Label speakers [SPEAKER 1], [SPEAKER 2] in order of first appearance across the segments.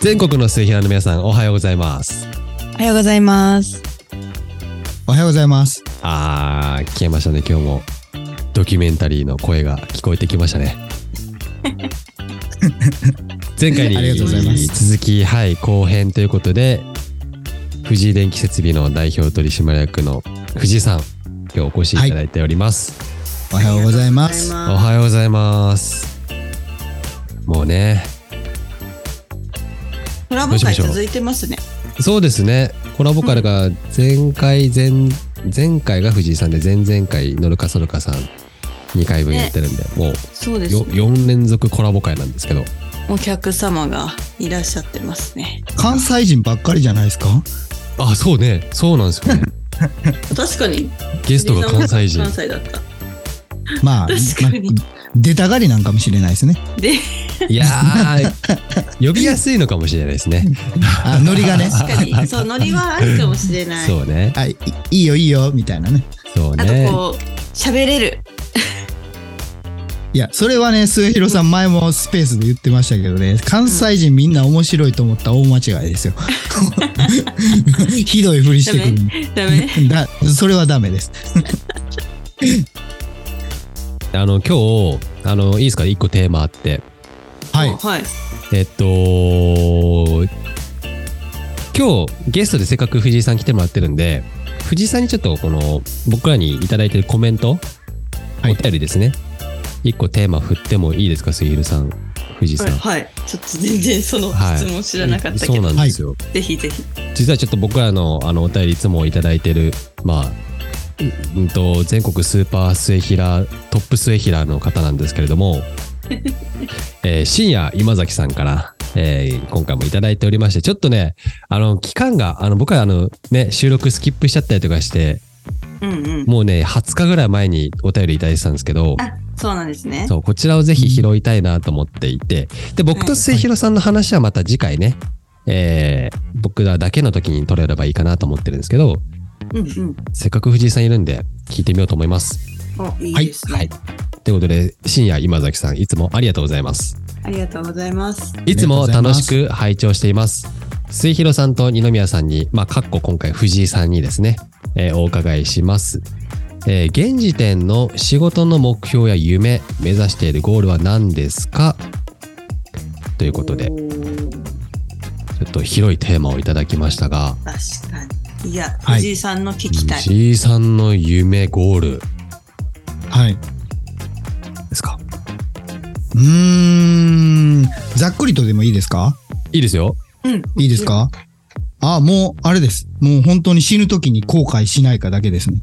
[SPEAKER 1] 全国の水平の皆さんおはようございます
[SPEAKER 2] おはようございます。
[SPEAKER 3] おはようございます。
[SPEAKER 1] あー聞けましたね今日もドキュメンタリーの声が聞こえてきました ね前回に
[SPEAKER 3] ありがとうございます
[SPEAKER 1] 続きはい後編ということで藤井電機設備の代表取締役の藤井さん今日お越しいただいております、
[SPEAKER 3] おはようございます。
[SPEAKER 2] おは
[SPEAKER 1] お
[SPEAKER 2] よう
[SPEAKER 1] はようございます。もうね、
[SPEAKER 2] ございますコラボ会続いてますね。
[SPEAKER 1] そうですね。コラボからが前回前前回が藤井さんで前々回のるかそるかさん2回分やってるんで、もう
[SPEAKER 2] そうです
[SPEAKER 1] よ
[SPEAKER 2] ね。
[SPEAKER 1] 4連続コラボ会なんですけど、
[SPEAKER 2] お客様がいらっしゃってますね。
[SPEAKER 3] 関西人ばっかりじゃないですか。
[SPEAKER 1] あ、そうね、そうなんですよね。
[SPEAKER 2] 確かに。
[SPEAKER 1] ゲストが関西人
[SPEAKER 2] 関。西だった。
[SPEAKER 3] まあ、
[SPEAKER 2] 確かに
[SPEAKER 3] まあ出たがりなんかもしれないですね。
[SPEAKER 2] で、
[SPEAKER 1] いやー、呼びやすいのかもしれないですね。
[SPEAKER 3] あ、ノリが ね。
[SPEAKER 2] 確かに。そう、ノリはあるかもしれない。
[SPEAKER 1] そうね、
[SPEAKER 3] あ、いいいよいいよみたいなね。
[SPEAKER 1] そう
[SPEAKER 2] あ
[SPEAKER 1] ね。
[SPEAKER 2] とこう、喋れる。
[SPEAKER 3] いや、それはね、末広さん前もスペースで言ってましたけどね、関西人みんな面白いと思ったら大間違い ですよ。 ひどいふりしてくる
[SPEAKER 2] ダメ。
[SPEAKER 3] だ。それはダメです。
[SPEAKER 1] あの今日あのいいですか、一個テーマあって。
[SPEAKER 3] はい。
[SPEAKER 2] はい。
[SPEAKER 1] えっと、今日ゲストでせっかく藤井さん来てもらってるんで、藤井さんにちょっとこの僕らにいただいてるコメント、
[SPEAKER 3] はい
[SPEAKER 1] お便りですね。一個テーマ振ってもいいですか、すひるさん、藤井さん。
[SPEAKER 2] はい。ちょっと全然その
[SPEAKER 1] はい
[SPEAKER 2] 質問知らなかったけ
[SPEAKER 1] そう
[SPEAKER 2] ど、
[SPEAKER 1] なんですよ。
[SPEAKER 2] ぜひぜひ。
[SPEAKER 1] 実はちょっと僕らのあのお便りいつもいただいてる、まあ、ううんと全国スーパー末平トップ末平の方なんですけれども、えー深夜今崎さんから、えー今回もいただいておりましてちょっとねあの期間があの僕はあの、ね、収録スキップしちゃったりとかして
[SPEAKER 2] うんうん。
[SPEAKER 1] もうね20日ぐらい前にお便りいただいてたんですけど
[SPEAKER 2] あ、そうなんですね。
[SPEAKER 1] そうこちらをぜひ拾いたいなと思っていてで僕と末広さんの話はまた次回ね、えー僕らだけの時に取れればいいかなと思ってるんですけど
[SPEAKER 2] うんうん。
[SPEAKER 1] せっかく藤井さんいるんで聞いてみようと思います。
[SPEAKER 2] お、いいです
[SPEAKER 1] はい
[SPEAKER 2] ね。。
[SPEAKER 1] ということで、深夜今崎さん、いつもありがとうございます。
[SPEAKER 2] ありがとうございます。
[SPEAKER 1] いつも
[SPEAKER 3] ありがとうござ
[SPEAKER 1] 楽
[SPEAKER 3] いま
[SPEAKER 1] し
[SPEAKER 3] す
[SPEAKER 1] く拝聴しています。末広さんと二宮さんに、まあ、かっこ今回藤井さんにですね、えーお伺いします。えー現時点の仕事の目標や夢、目指しているゴールは何ですかということで
[SPEAKER 2] お、ー
[SPEAKER 1] ちょっと広いテーマをいただきましたが、
[SPEAKER 2] 確かに。いや、
[SPEAKER 3] はい
[SPEAKER 2] 藤井さんの聞きたい。
[SPEAKER 1] 藤井さんの夢、ゴール
[SPEAKER 3] はい。
[SPEAKER 1] ですか
[SPEAKER 3] うーん、ざっくりとでもいいですか
[SPEAKER 1] いいですよ。
[SPEAKER 2] うん。
[SPEAKER 3] いいですかあ、もう、あれです。もう本当に死ぬ時に後悔しないかだけですね。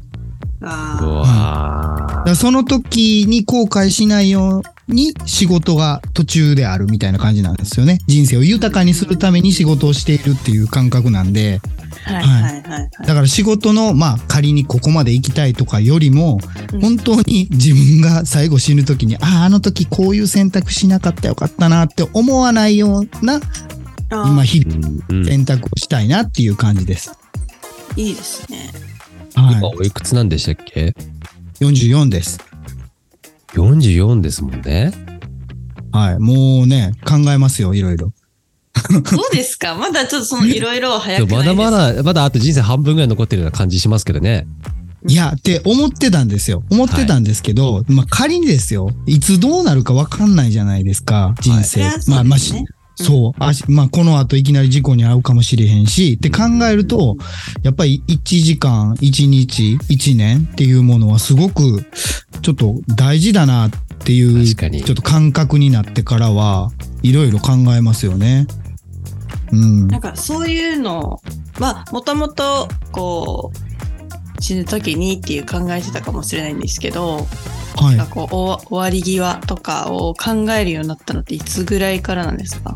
[SPEAKER 2] あ
[SPEAKER 1] う
[SPEAKER 2] ー
[SPEAKER 1] わ
[SPEAKER 3] だからその時に後悔しないように仕事が途中であるみたいな感じなんですよね。人生を豊かにするために仕事をしているっていう感覚なんで、
[SPEAKER 2] はいはいはいはい。
[SPEAKER 3] だから仕事の、まあ仮にここまで行きたいとかよりも
[SPEAKER 2] うん、
[SPEAKER 3] 本当に自分が最後死ぬ時に、ああ、あの時こういう選択しなかったよかったなって思わないような、
[SPEAKER 2] あー
[SPEAKER 3] 今日
[SPEAKER 1] ー
[SPEAKER 3] 々
[SPEAKER 1] うんうん
[SPEAKER 3] 選択をしたいなっていう感じです。
[SPEAKER 2] いいですね。
[SPEAKER 1] 今
[SPEAKER 3] は
[SPEAKER 1] おいくつなんでしたっけ
[SPEAKER 3] い。44です。
[SPEAKER 1] 44ですもんね。
[SPEAKER 3] はい。もうね、考えますよ、いろいろ。
[SPEAKER 2] どうですかまだちょっとそのいろいろ早くない
[SPEAKER 1] ま
[SPEAKER 2] です
[SPEAKER 1] だ
[SPEAKER 2] か
[SPEAKER 1] まだ、まだあと人生半分ぐらい残ってるような感じしますけどね。
[SPEAKER 3] いや、って思ってたんですよ。思ってたんですけど、まあ仮にですよ、いつどうなるかわかんないじゃないですか、人生。
[SPEAKER 2] はい
[SPEAKER 3] まあまあ
[SPEAKER 2] そ
[SPEAKER 3] し
[SPEAKER 2] うですね、
[SPEAKER 3] そう、あしまあこの後いきなり事故に遭うかもしれへんし、って考えると、やっぱり1時間、1日、1年っていうものはすごく、ちょっと大事だなっていう、
[SPEAKER 1] 確かに
[SPEAKER 3] ちょっと感覚になってからは、いろいろ考えますよね。うん。
[SPEAKER 2] なんかそういうのは、もともとこう、死ぬ時にっていう考えてたかもしれないんですけど、
[SPEAKER 3] はい
[SPEAKER 2] なん。かこうお終わり際とかを考えるようになったのっていつぐらいからなんですか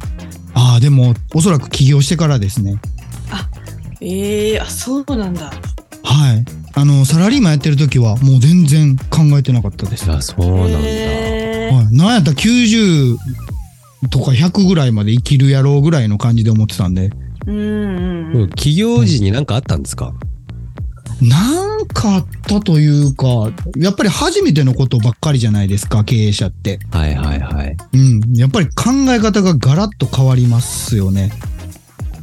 [SPEAKER 3] ああ、でも、おそらく起業してからですね。
[SPEAKER 2] ええー、あ、そうなんだ。
[SPEAKER 3] はい。あの、サラリーマンやってる時は、もう全然考えてなかったです。
[SPEAKER 1] い
[SPEAKER 3] は
[SPEAKER 1] や、そうなんだ。
[SPEAKER 2] へー
[SPEAKER 3] い。なんやったら90とか100ぐらいまで生きるやろうぐらいの感じで思ってたんで、
[SPEAKER 2] うんうんう
[SPEAKER 1] うんん起業時に何かあったんですか、
[SPEAKER 3] なんかあったというか、やっぱり初めてのことばっかりじゃないですか、経営者って。
[SPEAKER 1] はいはいはい。
[SPEAKER 3] うん。やっぱり考え方がガラッと変わりますよね。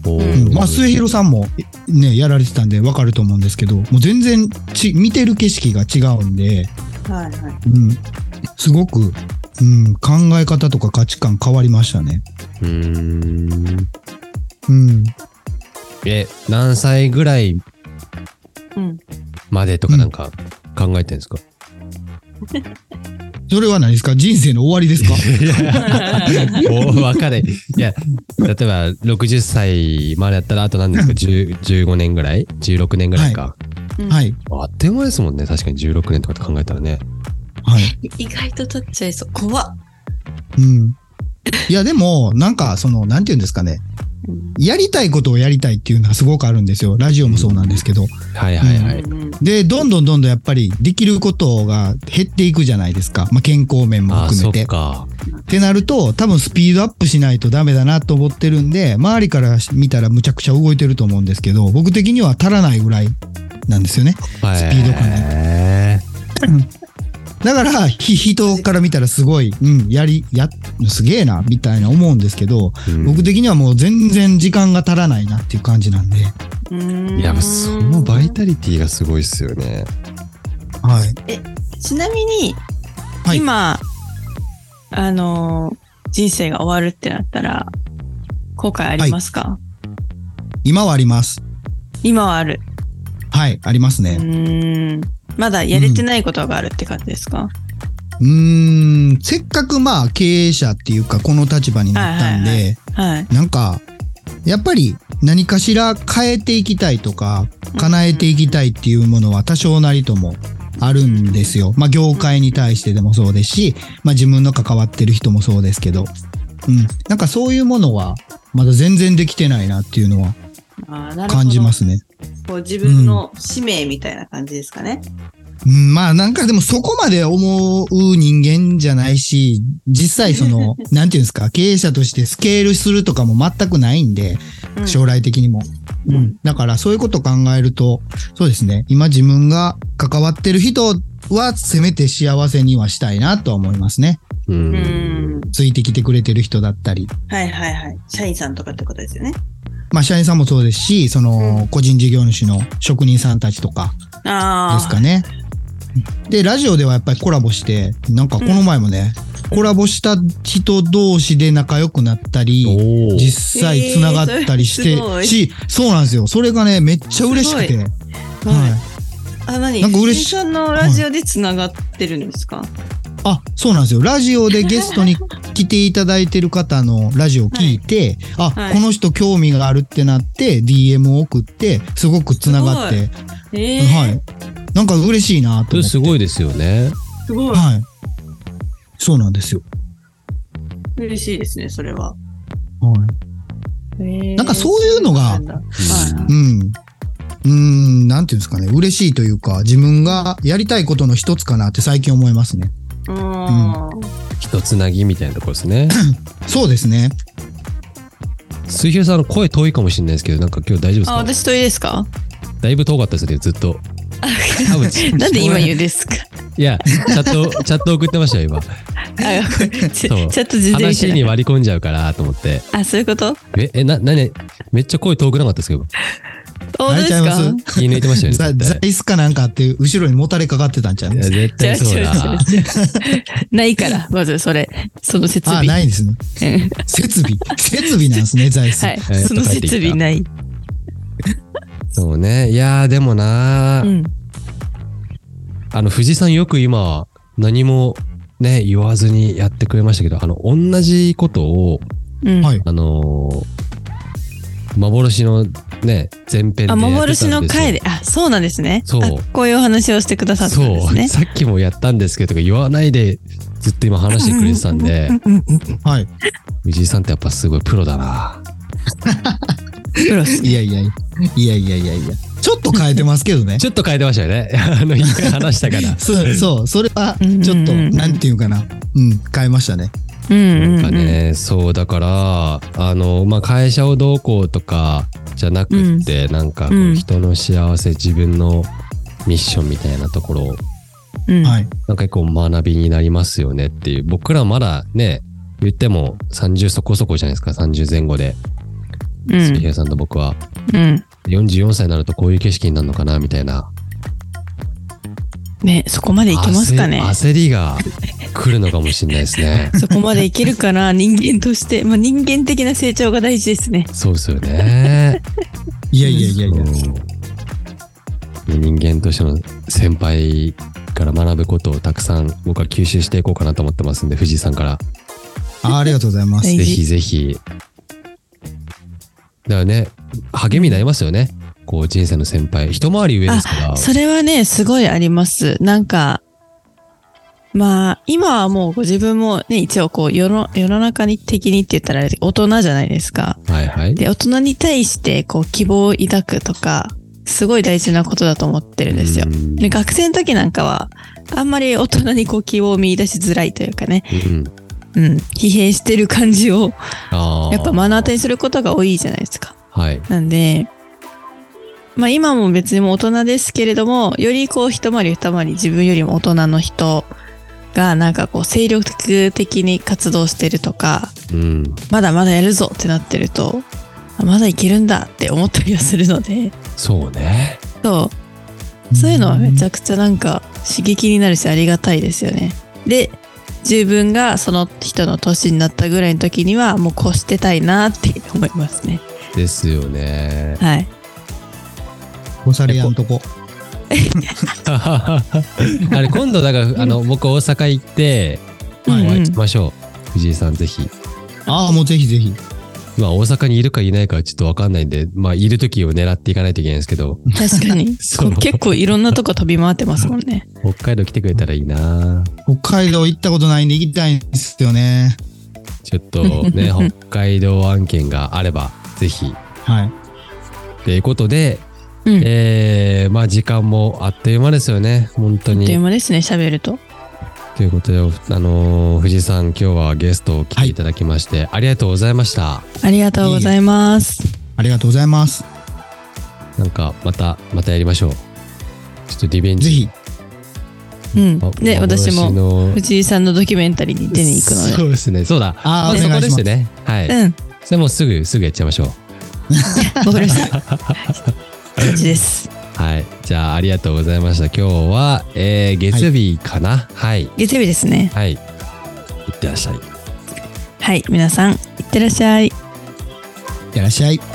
[SPEAKER 1] お
[SPEAKER 2] う
[SPEAKER 1] ー
[SPEAKER 3] うんまあ、末広さんもね、やられてたんでわかると思うんですけど、もう全然ち見てる景色が違うんで、
[SPEAKER 2] はいはい。
[SPEAKER 3] うん、すごく、うん、考え方とか価値観変わりましたね。
[SPEAKER 1] うーん
[SPEAKER 3] うん。
[SPEAKER 1] え何歳ぐらい
[SPEAKER 2] うん。
[SPEAKER 1] までとかなんか考えてるんですか、
[SPEAKER 3] それは何ですか人生の終わりで すか
[SPEAKER 1] もう分かんない。いや、例えば60歳までだったら、あと何ですか、10 15年ぐらい ?16 年ぐらいか、
[SPEAKER 3] はい。
[SPEAKER 1] あっという間ですもんね、確かに16年とかって考えたらね。
[SPEAKER 3] はい。
[SPEAKER 2] い意外と経っちゃいそう。怖っ。
[SPEAKER 3] うん。いや、でも、なんか、その、なんて言うんですかね。
[SPEAKER 2] うん
[SPEAKER 3] やりたいことをやりたいっていうのはすごくあるんですよ。ラジオもそうなんですけど。
[SPEAKER 1] はいはいはい。
[SPEAKER 2] うん
[SPEAKER 3] で、どんどんどんどんやっぱりできることが減っていくじゃないですか。まあ、健康面も
[SPEAKER 1] ああ、
[SPEAKER 3] 含
[SPEAKER 1] そ
[SPEAKER 3] め。
[SPEAKER 1] ってか。
[SPEAKER 3] ってなると、多分スピードアップしないとダメだなと思ってるんで、周りから見たらむちゃくちゃ動いてると思うんですけど、僕的には足らないぐらいなんですよね。
[SPEAKER 1] はい、
[SPEAKER 3] スピード感だから、ひ人から見たらすごい、うん、やり、や、すげえな、みたいな思うんですけど、
[SPEAKER 1] うん
[SPEAKER 3] 僕的にはもう全然時間が足らないなっていう感じなんで、
[SPEAKER 2] うん
[SPEAKER 1] いや、そのバイタリティがすごいっすよね。
[SPEAKER 3] はい。
[SPEAKER 2] ちなみに、
[SPEAKER 3] はい
[SPEAKER 2] 今、あのー人生が終わるってなったら、後悔ありますか、
[SPEAKER 3] 今はあります。
[SPEAKER 2] 今はある。
[SPEAKER 3] はい、あります
[SPEAKER 2] う
[SPEAKER 3] ね。
[SPEAKER 2] ーん。まだやれてないことがあるって感じですか、
[SPEAKER 3] うーん、せっかくまあ経営者っていうか、この立場になったんで、
[SPEAKER 2] はいははい。
[SPEAKER 3] なんか、やっぱり何かしら変えていきたいとか、叶えていきたいっていうものは多少なりともあるんですよ。まあ業界に対してでもそうですし、まあ自分の関わってる人もそうですけど。うん。なんかそういうものは、まだ全然できてないなっていうのは
[SPEAKER 2] あーなるほど
[SPEAKER 3] 感じますね。
[SPEAKER 2] こう自分の使命みたいな感じですかね。
[SPEAKER 3] うん、まあなんかでもそこまで思う人間じゃないし、実際そ の、なんていうんですか、経営者としてスケールするとかも全くないんで、
[SPEAKER 2] うん
[SPEAKER 3] 将来的にも。
[SPEAKER 2] うん
[SPEAKER 3] うんだからそういうことを考えると、そうですね、今自分が関わってる人はせめて幸せにはしたいなとは思いますね。
[SPEAKER 1] う
[SPEAKER 2] うんん。
[SPEAKER 3] ついてきてくれてる人だったり。
[SPEAKER 2] はいはいはい。社員さんとかってことですよね。
[SPEAKER 3] まあ社員さんもそうですし、その個人事業主の職人さんたちとか
[SPEAKER 2] ああ。
[SPEAKER 3] ですかね。で、ラジオではやっぱりコラボして、なんかこの前もね、コラボした人同士で仲良くなったり、
[SPEAKER 1] おー
[SPEAKER 3] 実際つながったりして、
[SPEAKER 2] えーそれす
[SPEAKER 3] し、そうなんですよ。それがね、めっちゃ嬉しくて。
[SPEAKER 2] は
[SPEAKER 3] はいい。
[SPEAKER 2] あ、何
[SPEAKER 3] なんか嬉
[SPEAKER 2] 藤
[SPEAKER 3] しい
[SPEAKER 2] 井さんのラジオでつながってるんですか、
[SPEAKER 3] あ、そうなんですよ。ラジオでゲストに来ていただいてる方のラジオを聞いて、あ、
[SPEAKER 2] はい
[SPEAKER 3] この人興味があるってなって、DM を送って、すごく繋がって、
[SPEAKER 2] ええー
[SPEAKER 3] はい。なんか嬉しいなと思って。
[SPEAKER 1] すごいですよね。
[SPEAKER 2] すごい。
[SPEAKER 3] はい。そうなんですよ。
[SPEAKER 2] 嬉しいですね、それは。
[SPEAKER 3] は
[SPEAKER 2] え
[SPEAKER 3] い。
[SPEAKER 2] ー
[SPEAKER 3] なんかそういうの
[SPEAKER 2] そう
[SPEAKER 3] が
[SPEAKER 2] なんだはい
[SPEAKER 3] うん。うーん、なんていうんですかね。嬉しいというか、自分がやりたいことの一つかなって最近思いますね。
[SPEAKER 2] うん
[SPEAKER 1] 人つなぎみたいなところですね。
[SPEAKER 3] そうですね。
[SPEAKER 1] 水平さんの声遠いかもしれないですけど、なんか今日大丈夫です
[SPEAKER 2] あ、
[SPEAKER 1] か
[SPEAKER 2] 私といいですか
[SPEAKER 1] だいぶ遠かったですね、ずっと。多分
[SPEAKER 2] なんで今言うんですか
[SPEAKER 1] いや、チャッ ト、チャット送ってましたよ、今。
[SPEAKER 2] あ、これち
[SPEAKER 1] そう
[SPEAKER 2] ちょっと全然見て
[SPEAKER 1] 話
[SPEAKER 2] ない
[SPEAKER 1] に割り込んじゃうからと思って。
[SPEAKER 2] あ、そういうこと
[SPEAKER 1] え、え、な、なに、めっちゃ声遠くなかったですけど、
[SPEAKER 2] 本当ですか
[SPEAKER 3] 泣い
[SPEAKER 1] 気抜いてましたよね。
[SPEAKER 3] ざ
[SPEAKER 1] 絶
[SPEAKER 3] 座椅子かなんかあって、後ろにもたれかかってたんちゃ
[SPEAKER 1] 対
[SPEAKER 3] い
[SPEAKER 1] いや
[SPEAKER 3] ます
[SPEAKER 1] 絶対そうだ。
[SPEAKER 2] 違う違う違う違うないから、まずそれ。その設
[SPEAKER 3] あ、
[SPEAKER 2] 備。
[SPEAKER 3] ないですね。設備。設備なんですね、座椅子。
[SPEAKER 2] はい。
[SPEAKER 1] えー
[SPEAKER 2] その設備ない。
[SPEAKER 1] そうね。いやー、でもなー、
[SPEAKER 2] うん。
[SPEAKER 1] あの、藤井さんよく今、何もね、言わずにやってくれましたけど、あの、同じことを、
[SPEAKER 2] うん。
[SPEAKER 3] はい
[SPEAKER 1] あのー幻のね、前編でやってた
[SPEAKER 2] あ、
[SPEAKER 1] んですよ。
[SPEAKER 2] 幻の回で。あ、そうなんですね。
[SPEAKER 1] そう
[SPEAKER 2] あこういうお話をしてくださったんです
[SPEAKER 1] そう、
[SPEAKER 2] ね。
[SPEAKER 1] さっきもやったんですけどとか言わないでずっと今話してくれてたんで
[SPEAKER 2] う、んうんうん
[SPEAKER 3] はい。
[SPEAKER 1] 藤井さんってやっぱすごいプロだな。
[SPEAKER 2] プロス
[SPEAKER 3] いやいやいやいやいやいや。ちょっと変えてますけどね。
[SPEAKER 1] ちょっと変えてましたよね。 あの、一回話したから。
[SPEAKER 3] そう、そう、それは、ちょっと、
[SPEAKER 2] うんうんうん
[SPEAKER 3] なんていうかな。うん、変えましたね。
[SPEAKER 2] うんうん
[SPEAKER 1] なか
[SPEAKER 2] うんん
[SPEAKER 1] ね、そうだからあの、まあ、会社をどうこうとかじゃなくって、なんかこう
[SPEAKER 2] うん
[SPEAKER 1] 人の幸せ自分のミッションみたいなところ
[SPEAKER 2] うん
[SPEAKER 3] はい。
[SPEAKER 1] なんか結構学びになりますよねっていう僕らまだね言っても30そこそこじゃないですか30前後で
[SPEAKER 2] うん
[SPEAKER 1] 水平さんと僕は。
[SPEAKER 2] うん。
[SPEAKER 1] 44歳になるとこういう景色になるのかな、みたいな。
[SPEAKER 2] ね、そこまでいけますかね。。
[SPEAKER 1] 焦焦りが来るのかもしれないですね
[SPEAKER 2] そこまでいけるかな、 人間として。まあ、人間的な成長が大事ですね。
[SPEAKER 1] そうですよね。
[SPEAKER 3] いやいやいやいや。
[SPEAKER 1] うん人間としての先輩から学ぶことをたくさん僕は吸収していこうかなと思ってますんで、藤井さんから。
[SPEAKER 3] あありがとうございます。
[SPEAKER 2] 大
[SPEAKER 1] ぜ
[SPEAKER 2] 事
[SPEAKER 1] ひぜひ。だからね、励みになりますよね。こう人生の先輩。一回り上ですから。
[SPEAKER 2] それはね、すごいあります。なんか、まあ、今はもうご自分もね、一応こう、世の、世の中に的にって言ったらあれだけど、大人じゃないですか。
[SPEAKER 1] はいはい。
[SPEAKER 2] で、大人に対して、こう、希望を抱くとか、すごい大事なことだと思ってるんですよ
[SPEAKER 1] う。ん
[SPEAKER 2] で、学生の時なんかは、あんまり大人にこう、希望を見出しづらいというかね、
[SPEAKER 1] うん
[SPEAKER 2] うん、疲弊してる感じを、
[SPEAKER 1] あー
[SPEAKER 2] やっぱ目の当たりにすることが多いじゃないですか。
[SPEAKER 1] はい。
[SPEAKER 2] なんで、まあ今も別にもう大人ですけれども、よりこう一回り二回り自分よりも大人の人がなんかこう精力的に活動してるとか、
[SPEAKER 1] うん。
[SPEAKER 2] まだまだやるぞってなってると、あまだいけるんだって思ったりはするので、
[SPEAKER 1] そうね。
[SPEAKER 2] そう、そういうのはめちゃくちゃなんか刺激になるしありがたいですよね。で、自分がその人の年になったぐらいの時にはもうこうしてたいなって思いますね。
[SPEAKER 1] ですよね。
[SPEAKER 2] はい。
[SPEAKER 3] 干されやんとこ。
[SPEAKER 1] あれ今度だからあの僕大阪行ってお
[SPEAKER 2] うんうん
[SPEAKER 1] 会いしましょう、藤井さんぜひ
[SPEAKER 3] ああ、もうぜひぜひ。
[SPEAKER 1] まあ大阪にいるかいないかはちょっとわかんないんでまあいる時を狙っていかないといけないんですけど
[SPEAKER 2] 確かに
[SPEAKER 1] そう
[SPEAKER 2] こう結構いろんなとこ飛び回ってますもんね
[SPEAKER 1] 北海道来てくれたらいいな
[SPEAKER 3] 北海道行ったことないんで行きたいんですよね。
[SPEAKER 1] ちょっと ね北海道案件があればぜひ
[SPEAKER 3] はい。
[SPEAKER 1] ということで、
[SPEAKER 2] うん
[SPEAKER 1] えー、まあ時間もあっという間ですよね本当
[SPEAKER 2] あっという
[SPEAKER 1] に
[SPEAKER 2] 間ですね喋ると
[SPEAKER 1] ということであのー藤井さん今日はゲストを来ていただきまして、ありがとうございました
[SPEAKER 2] ありがとうございます
[SPEAKER 3] ありがとうございます。
[SPEAKER 1] なんかまたまたやりましょうちょっとリベンジ
[SPEAKER 3] ぜひ。
[SPEAKER 2] うん
[SPEAKER 1] あ
[SPEAKER 2] で私
[SPEAKER 1] 幻
[SPEAKER 2] も
[SPEAKER 1] の
[SPEAKER 2] 藤井さんのドキュメンタリーに出に行くの
[SPEAKER 1] そうですねそうだ
[SPEAKER 3] あー
[SPEAKER 1] ま
[SPEAKER 3] お願い
[SPEAKER 1] そこです
[SPEAKER 3] します
[SPEAKER 1] よねはい、
[SPEAKER 2] でうん
[SPEAKER 1] それもうすぐすぐやっちゃいましょう
[SPEAKER 2] わかりました 感じです
[SPEAKER 1] はいじゃあありがとうございました今日は、えー、月曜日かなはい
[SPEAKER 2] 月曜日ですね
[SPEAKER 1] はい、いってらっしゃい
[SPEAKER 2] はい皆さんいってらっしゃい
[SPEAKER 3] いってらっしゃい。